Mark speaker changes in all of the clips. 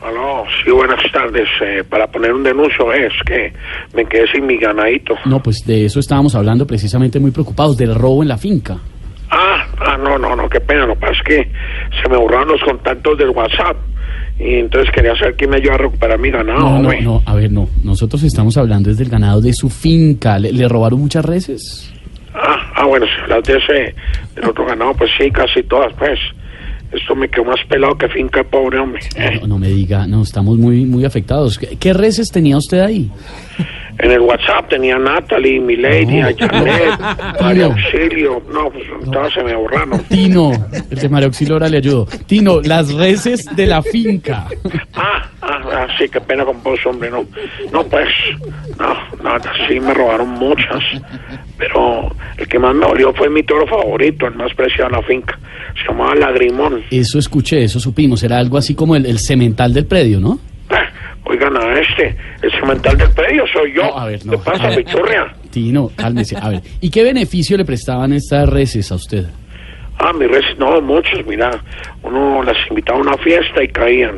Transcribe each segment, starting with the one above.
Speaker 1: Aló, sí, buenas tardes. Eh, para poner un denuncio es que me quedé sin mi ganadito.
Speaker 2: No, pues de eso estábamos hablando precisamente muy preocupados, del robo en la finca.
Speaker 1: Ah, ah, no, no, no, qué pena. Lo que pasa es que se me borraron los contactos del WhatsApp. Y entonces quería saber quién me ayuda a recuperar mi ganado.
Speaker 2: No, no,
Speaker 1: hombre.
Speaker 2: no, a ver, no. Nosotros estamos hablando desde el ganado de su finca. ¿Le, le robaron muchas reses?
Speaker 1: Ah, ah, bueno, sí, las de ese, del otro ganado, pues sí, casi todas, pues. Esto me quedó más pelado que finca, pobre hombre. Eh,
Speaker 2: No, no me diga, no, estamos muy, muy afectados. ¿Qué, qué reses tenía usted ahí?
Speaker 1: En el WhatsApp tenía a Natalie, Milady, a Janet, María
Speaker 2: No.
Speaker 1: Auxilio. No, pues todas se me borraron.
Speaker 2: Tino, el de Mario Auxilio le ayudo. Tino, las reses de la finca.
Speaker 1: Ah, ah, ah, sí, qué pena con vos, hombre, no. No, pues, no, nada, sí me robaron muchas, pero el que más me olió fue mi toro favorito, el más preciado de la finca. Se llamaba Lagrimón.
Speaker 2: Eso escuché, eso supimos. Era algo así como el, el cemental del predio, ¿no?
Speaker 1: Ah, Oigan a este, el cemental del predio soy yo.
Speaker 2: No, a ver, no.
Speaker 1: ¿Qué pasa,
Speaker 2: A ver.
Speaker 1: pichurria?
Speaker 2: Tino, cálmese. A ver, ¿y qué beneficio le prestaban estas reses a usted?
Speaker 1: Ah, mi res, no, muchos, mira, uno las invitaba a una fiesta y caían.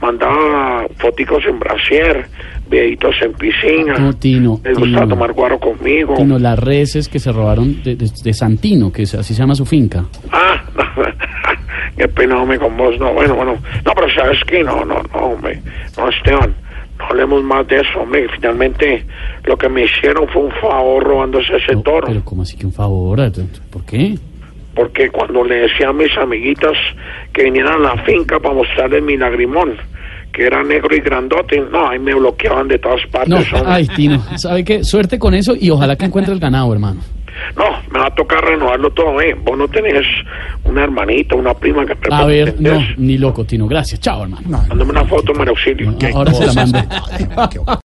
Speaker 1: Mandaba foticos en brasier, videitos en piscina.
Speaker 2: No, Tino,
Speaker 1: Les gustaba
Speaker 2: Tino.
Speaker 1: tomar guaro conmigo.
Speaker 2: Tino, las reses que se robaron de, de- de Santino, que es- así se llama su finca.
Speaker 1: Ah, qué pena, hombre, con vos, no, bueno, bueno. No, pero sabes que no, no, no, hombre, no, Esteban, no hablemos más de eso, hombre. Finalmente, lo que me hicieron fue un favor robándose ese
Speaker 2: No,
Speaker 1: toro,
Speaker 2: Pero ¿cómo así que un favor? Ah, ¿Por qué?
Speaker 1: porque cuando le decía a mis amiguitas que vinieran a la finca para mostrarles mi lagrimón, que era negro y grandote, no, ahí me bloqueaban de todas partes,
Speaker 2: No,
Speaker 1: hombre.
Speaker 2: ay, Tino, ¿sabe qué? Suerte con eso y ojalá que encuentre el ganado, hermano.
Speaker 1: No, me va a tocar renovarlo todo, eh. Vos no tenés una hermanita, una prima que
Speaker 2: A ver, no, ni loco, Tino. Gracias. Chao, hermano.
Speaker 1: Mándame una foto, me auxilio.
Speaker 2: Ahora se la mando.